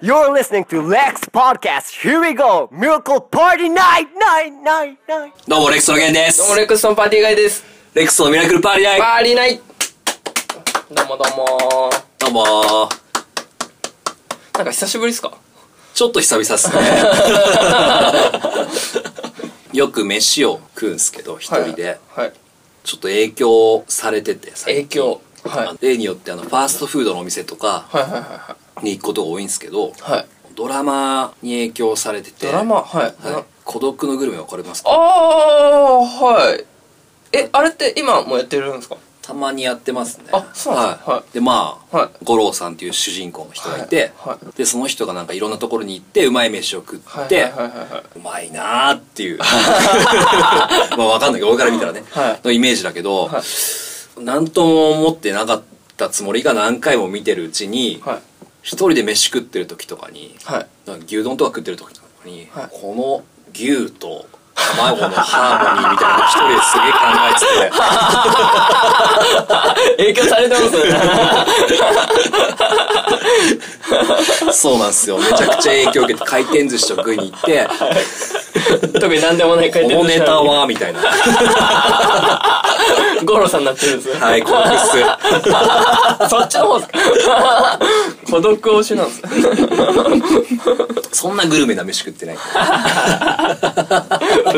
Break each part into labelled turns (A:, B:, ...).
A: You're listening to Lex Podcast. Here we go. Miracle Party Night, night, night, night.
B: どうも、レックスのゲンです
C: どう。もレックストンパーティーガイです
B: レックスのミラクルパーリーナイ
C: パーリーナイどうもどうも
B: ト。どうもー。
C: なんか久しぶりっすか
B: ちょっと久々っすね。 よく飯を食うんすけど、一人で。
C: はい
B: ちょっと影響されてて、
C: 影響はい
B: あの例によって、あの、ファーストフードのお店とか
C: はいはいは
B: に行くことが多いんですけど、
C: いはい
B: ドラマに影響されてて。
C: ドラマはい、
B: は。
C: ない
B: 孤独のグルメわかりますか
C: ああはいえあれって今もやってるんですか
B: たまにやってますね
C: あそうなんですね
B: は、
C: はい
B: でまあ、
C: はい
B: 五郎さんっていう主人公の人がいて、
C: はいは
B: でその人がなんかいろんなところに行ってうまい飯を食って、
C: はいはいはいはいう
B: まいなーって いう まあわかんないけど俺から見たらね、
C: はい
B: のイメージだけど、
C: はい
B: なんとも思ってなかったつもりが何回も見てるうちに、
C: はい
B: 一人で飯食ってる時とかに、
C: はい
B: なんか牛丼とか食ってる時とかに、
C: はい
B: この牛と卵のハーモニーみたいなの一人ですげえ考えてて。
C: 影響されてます ね
B: そうなんですよ。めちゃくちゃ影響を受けて回転寿司と食いに行って、
C: 特に何でもない回
B: この
C: 転
B: ネタはみたいな。
C: ゴロさんになってるんですよ
B: はい、このフェ
C: そっちの方っすか 孤独推しなんですね
B: ス。そんなグルメな飯食ってない。っ
C: 普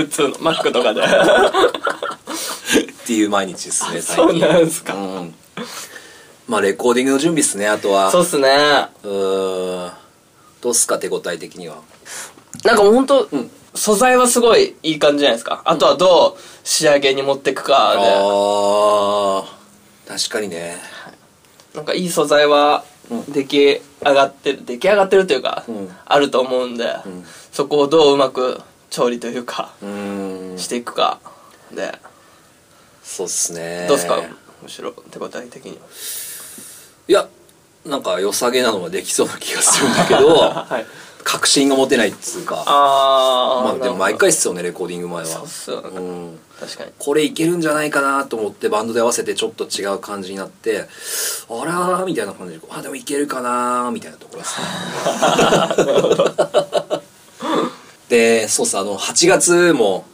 C: 通のマックとかで
B: ていう毎日ですね、最
C: そう
B: 近。
C: なんですか
B: うん。まあ、レコーディングの準備ですね、あとは。
C: そうっすね
B: うーん。どうっすか、手応え的には。
C: なんかもうほんと、素材はすごいいい感じじゃないですか。あとはどう仕上げに持ってくか
B: あ
C: で。
B: ー。確かにね。
C: なんかいい素材は出来上がってる、出来上がってるというか、
B: ん
C: あると思うんで、そこをどううまく調理というか、
B: うーん。
C: していくか。で、
B: そうっすね。
C: どうっすか、むしろ手応え的には。
B: いや、なんか良さげなのはできそうな気がするんだけど、
C: はい。
B: 確信が持てないっつうか。
C: あー。
B: まあでも毎
C: なる
B: 回っすよねレコーディング前は
C: ほど。そうっすよね。
B: うん、
C: 確かに。
B: これいけるんじゃないかなと思ってバンドで合わせてちょっと違う感じになってあらーみたいな感じであでもいけるかなーみたいなところですね でそうっすあの8月も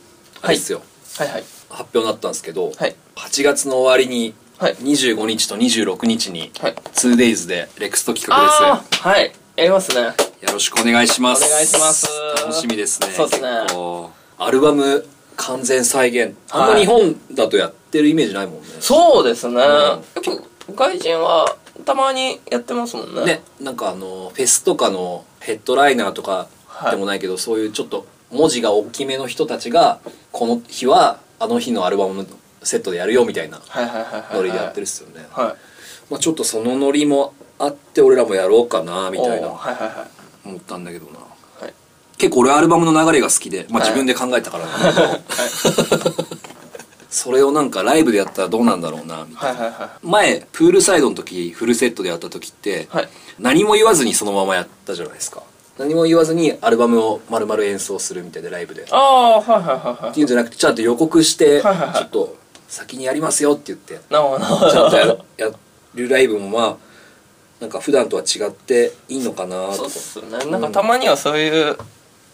B: あれっすよ、
C: はいはい。
B: 発表になったんですけど、
C: はい
B: 8月の終わりに
C: はい
B: 25日と26日に
C: はい
B: 2days でレクスト企画
C: あ
B: で
C: ーはい。やりますね。
B: すよろしくお願いします
C: お願いします
B: 楽しみですね
C: そうっすね
B: 結構アルバム完全再現あんま
C: はい
B: 日本だとやってるイメージないもんね、
C: そうですね、
B: ん
C: 結構外人はたまにやってますもんね
B: ねなんかあのフェスとかのヘッドライナーとか
C: はい
B: でもないけど、そういうちょっと文字が大きめの人たちがこの日はあの日のアルバムのセットでやるよみたいな
C: はいはいはいはい、はい、
B: ノリでやってるっすよね、
C: は
B: まあ、ちょっとそのノリもあって俺らもやろうかないみたいな
C: おーはいはいは
B: 思ったんだけどな、
C: はい
B: 結構俺アルバムの流れが好きで、まあ、
C: はい
B: 自分で考えたからなんだけど、 それをなんかライブでやったらどうなんだろうなみたいな、
C: いはいはいは
B: 前プールサイドの時フルセットでやった時って、
C: はい
B: 何も言わずにそのままやったじゃないですか何も言わずにアルバムを丸々演奏するみたいでライブでっ
C: ああはいはいはいは
B: ていうんじゃなくてちゃんと予告して、
C: はいはいはい
B: ちょっと先にやりますよって言って
C: いなるほどなるほ
B: ちゃんとや
C: ど
B: やるライブもまあなんか普段とは違っていいのかなと
C: そう
B: か
C: っすねなんかたまにはそういう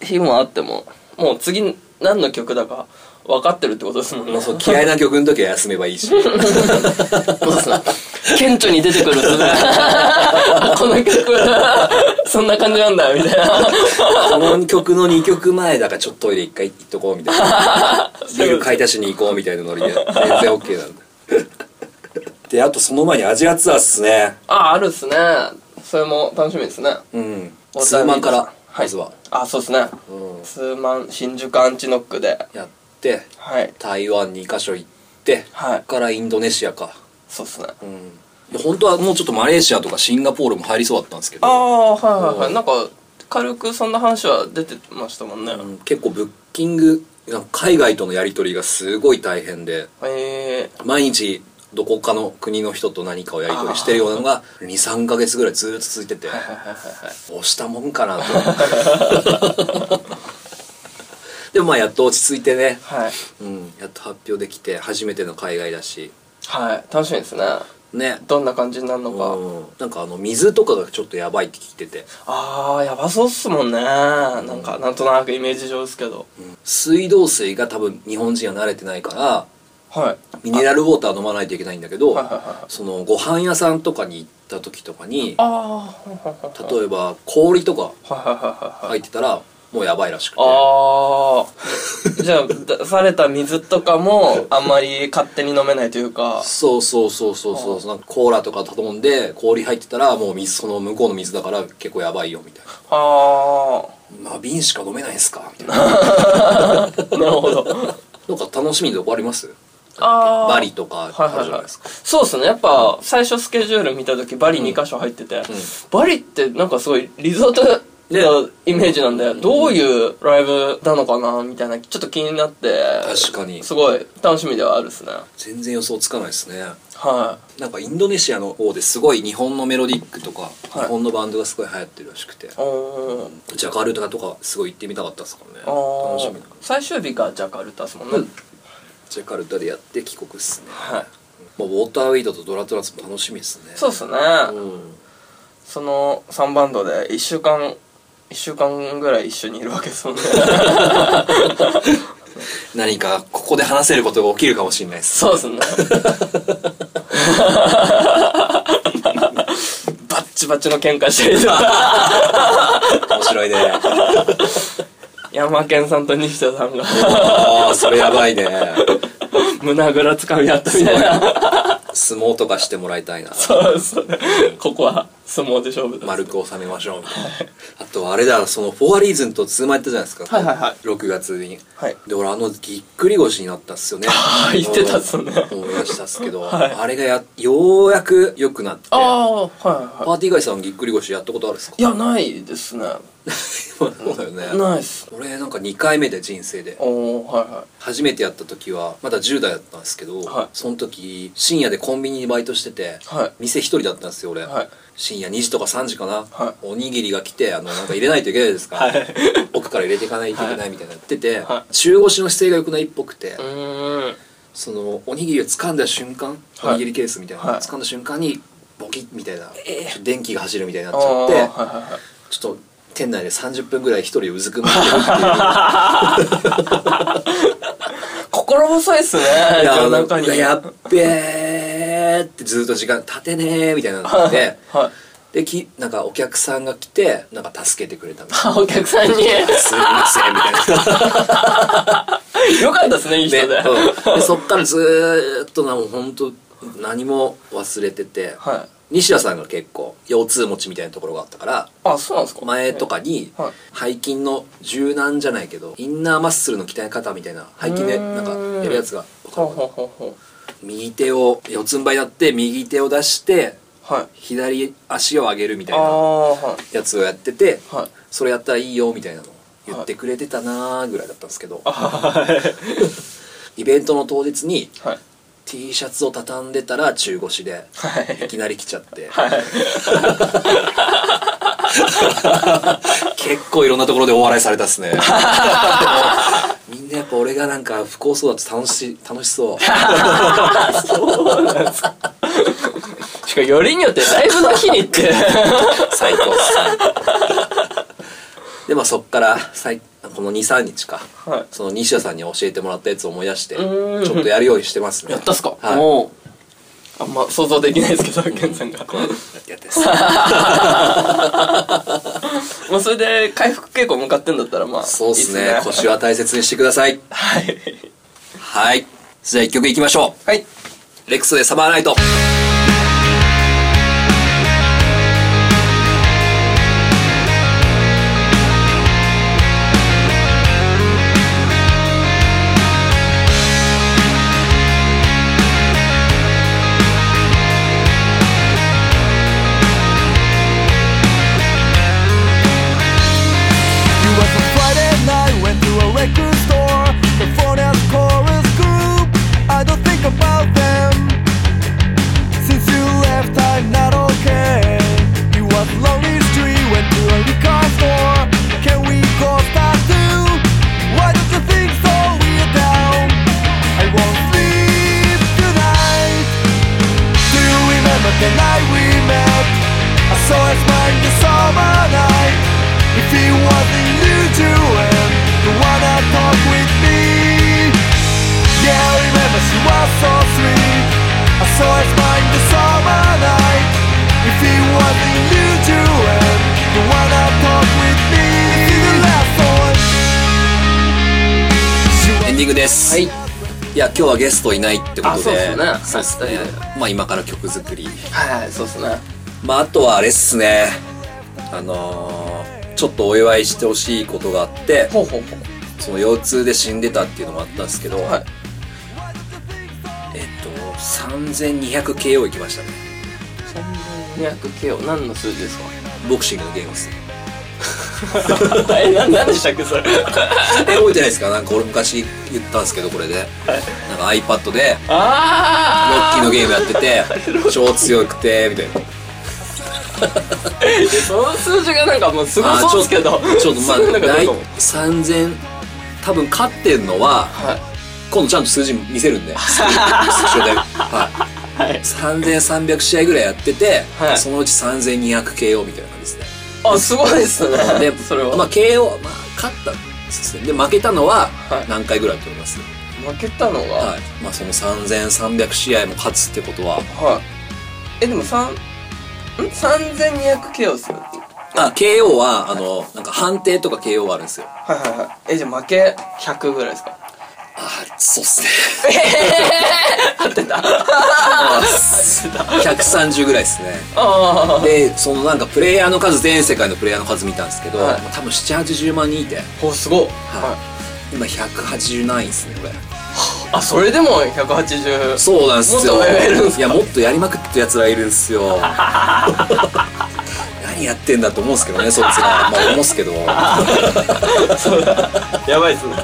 C: 日もあってももう次何の曲だか分かってるってことですもん
B: ま
C: ね
B: あその嫌いな曲の時は休めばいいし
C: そうっすね顕著に出てくるっ すねこの曲そんな感じなんだみたいな
B: この曲の2曲前だからちょっとトイレ一回行っとこうみたいな ビール買い足しに行こうみたいなノリで全然 OK なんでであとその前にアジアツアーっすね
C: あああるっすねそれも楽しみですね
B: うんツーマンから
C: はい
B: まずは、
C: あそうですね、
B: うん
C: ツーマン新宿アンチノックで
B: やって
C: はい
B: 台湾2カ所行って、
C: はい
B: ここからインドネシアか
C: そうっすね、
B: うんで本当はもうちょっとマレーシアとかシンガポールも入りそうだったんですけ
C: あ
B: ど
C: あはいはいは
B: うん
C: いなんか軽くそんな話は出てましたもんね、
B: うん結構ブッキングなんか海外とのやり取りがすごい大変で
C: え
B: 毎日どこかの国の人と何かをやり取りしてるようなのが23ヶ月ぐらいずーっと続いてて押したもんかなと でもまあやっと落ち着いてね、
C: ー、はい
B: うん、やっと発表できて初めての海外だし
C: はい楽しみですね
B: ね
C: どんな感じになるのか、
B: うんなんかあの水とかがちょっとやばいって聞いてて
C: あーやばそうっすもんねなんかなんとなくイメージ上ですけど、
B: 水道水が多分日本人は慣れてないから
C: はい
B: ミネラルウォーター飲まないといけないんだけど
C: はいはいはい
B: そのご飯屋さんとかに行った時とかに
C: ああーはいはい
B: 例えば氷とか
C: はいはいはい
B: 入ってたらもうやばいらしくて
C: ああじゃあ出された水とかもあんまり勝手に飲めないというか
B: そうそうそうそうそうなんかコーラとか頼んで氷入ってたらもう水その向こうの水だから結構やばいよみたい
C: あ
B: な「まあ瓶しか飲めないんすか」みたいな
C: あ なるほど
B: なんか楽しみどこあります
C: あー
B: バリとか
C: はい
B: ある
C: は
B: じゃ
C: い
B: ない
C: はい
B: ですか、
C: そうっすねやっぱ最初スケジュール見た時バリ2箇所入ってて、バリってなんかすごいリゾートのイメージなんで、どういうライブなのかなみたいなちょっと気になって
B: 確かに
C: すごい楽しみではあるっすね
B: 全然予想つかないですね
C: は
B: なんかインドネシアの方ですごい日本のメロディックとか、
C: はい
B: 日本のバンドがすごい流行ってるらしくて
C: いおー
B: ジャカルタとかすごい行ってみたかったですからね
C: あー
B: 楽しみだな
C: 最終日がジャカルタっすもんね、
B: ジャカルタでやって帰国っすね、
C: はい
B: まあ、ウォーターウェイドとドラトラスも楽しみですね
C: そうっすね、
B: うん
C: その3バンドで1週間1週間ぐらい一緒にいるわけですもんね
B: 何かここで話せることが起きるかもしれないです
C: そうっすねバッチバチの喧嘩してる
B: 面白いね
C: ヤマケンさんと西田さんが
B: ああそれやばいね
C: 胸ぐらつかみ合ったみたいな
B: 相撲とかしてもらいたいな
C: そうそうここは相撲で勝負です、
B: 丸く収めましょうみたいなあとあれだそのフォアリーズンとツーマンやったじゃないですか、
C: はいはいはい
B: 6月に
C: はい
B: で俺あのぎっくり腰になったっすよね
C: あー言ってたっすね
B: 思い出したっすけど、
C: はい
B: あれがやようやく良くなって
C: あ
B: パ
C: あはいは
B: ーティーガイさんぎっくり腰やったことあるっすか
C: いいやないですね
B: そうだよね
C: ないっす
B: 俺なんか2回目で人生で
C: おおはいは
B: 初めてやった時はまだ10代だったんですけど、
C: はい
B: その時深夜でコンビニにバイトしてて、
C: はい
B: 店一人だったんですよ俺、
C: はい
B: 深夜2時とか3時かな、
C: は
B: おにぎりが来てあのなんか入れないといけないですから、
C: はい
B: 奥から入れていかないといけないみたいなやってて、
C: はい
B: 中腰の姿勢が良くないっぽくて、
C: うーん
B: そのおにぎりを掴んだ瞬間、
C: は
B: お
C: い
B: にぎりケースみたいな、
C: はい
B: 掴んだ瞬間にボキッみたいな、
C: ええ
B: 電気が走るみたいに
C: あ
B: な
C: あ
B: っちゃっ
C: はい
B: て、
C: はいはい
B: ちょっと店内で30分ぐらい一人うずくまってるっていう
C: 心細いっすね
B: いや
C: 夜中に
B: いややっべーってずっと時間立てねーみたいなのがあって
C: はい
B: できなんかお客さんが来てなんか助けてくれたみたい
C: あお客さんに
B: な すいませんみたいな
C: よかったですね いい人で、
B: ねうんでそっからずーっとなもう本当何も忘れてて、
C: はい
B: 西田さんが結構腰痛持ちみたいなところがあったから
C: あそうなんですか
B: 前とかに
C: はい
B: 背筋の柔軟じゃないけどインナーマッスルの鍛え方みたいな背筋でなんかやるやつが
C: ほうほうほうほ
B: 右手を四つん這いになって右手を出して
C: うはい
B: 左足を上げるみたい
C: あ
B: な
C: あはい
B: やつをやってて、
C: はい
B: それやったらいいよみたいなのを言ってくれてたなーぐらいだったんですけど、イベントの当日に
C: はい
B: T シャツを畳んでたら中腰で
C: はい
B: いきなり来ちゃって、
C: はい
B: 結構いろんなところでお笑いされたっす ねみんなやっぱ俺がなんか不幸そうだと楽し楽しそう
C: しかもよりによってライブの日にって
B: 最高っすでまあそっから最この23日か、
C: はい
B: その西田さんに教えてもらったやつを思い出してち
C: う
B: ょ
C: ん
B: っとやるようにしてますね
C: やったっすか、
B: はい
C: もうあんま想像できないですけどケンさん が
B: やってます
C: もうそれで回復傾向向かってんだったらまあ
B: そうっす
C: い
B: ね
C: い
B: 腰は大切にしてください
C: はい
B: はいじゃあ一曲いきましょ
C: はい、
B: うレックスでサマーナイト
D: It was a Friday night, went to a record store. The phone and chorus group, I don't think about them.
B: ディングです、
C: はい
B: いや今日はゲストいないってことで
C: あそうっすね
B: そうっすねまあ今から曲作り
C: はいそうっすね
B: まああとはあれっすねあのー、ちょっとお祝いしてほしいことがあって
C: ほうほうほう
B: その腰痛で死んでたっていうのもあったんですけど、
C: はい
B: えっと 3200KO 行きましたね
C: 200K を何の数字ですか
B: ボクシングのゲームですね
C: えな何でしたっけそれ
B: え覚えてないですかなんか俺昔言ったんですけどこれで、なんか iPad でロッ
C: あ
B: キ
C: あ
B: ーのゲームやってて超強くてみたいな
C: その数字がなんかもうすご
B: あー
C: そうっすけど
B: ちょっとちょっとまあ
C: すご いなんかど
B: 大
C: うぞ
B: 3000多分勝ってんのは
C: はい
B: 今度ちゃんと数字見せるん でスクショで、はい
C: はい
B: 3300試合ぐらいやってて、
C: はい
B: そのうち 3200KO みたいな感じですね
C: あすごいですね
B: で
C: それは、
B: まあ KO まあ勝ったんですねで負けたのは
C: はい
B: 何回ぐらいだと思います、は
C: 負けたのが
B: いまあ、その3300試合も勝つってことは
C: はい。え、でも三、ん ?3200KO っすよ。
B: あ KO はあのなんか判定とか KO があるんですよあ
C: はいはいはい。え、じゃあ負け100ぐらいですか
B: そうっすね
C: 合ってた。
B: 130ぐらいですね
C: あ
B: でそのなんかプレイヤーの数全世界のプレイヤーの数見たんですけど、
C: はい
B: まあ多分780万人いて、
C: あ。お、すごい。
B: はい、今180ないですねこれ
C: い。あ、それでも180。
B: そうなんですよ
C: もっとやるんすか
B: いやもっとやりまくってやつらいるんです よ何やってんだと思うんですけどねそいつらまあ思うんすけど
C: やばいっすね。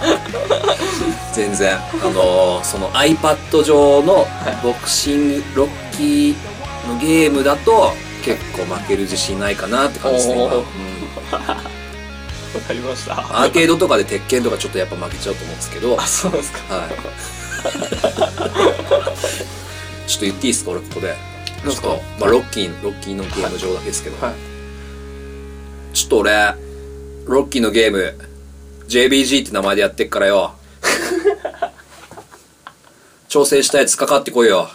B: 全 然あのーその iPad 上のボクシングロッキーのゲームだと結構負ける自信ないかなって感じですね今
C: おー
B: うん
C: わかりました。
B: アーケードとかで鉄拳とかちょっとやっぱ負けちゃうと思うんですけど
C: あ、そうですか。
B: はい。 ちょっと言っていいですか、俺ここで。ちょっと、まあ、ロッキー、ロッキーのゲーム上だけですけど、
C: はい。
B: ちょっと俺、ロッキーのゲーム、JBG って名前でやってっから よ。挑戦したやつかかってこいよ。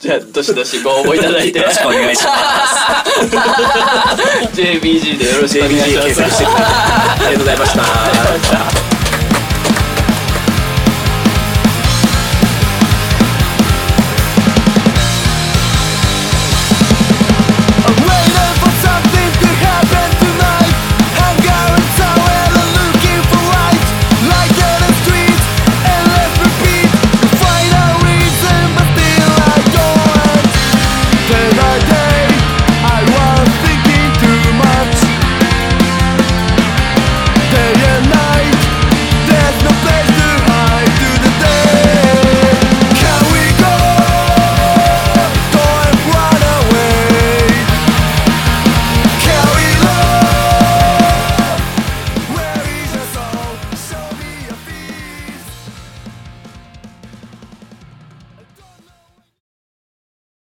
C: じゃあ、どしどしご応募いただいて
B: よろ、しくお願いします。
C: JBG でよろしくお願い
B: JBG 検
C: しま す。
B: 索してくれてありがとうございました。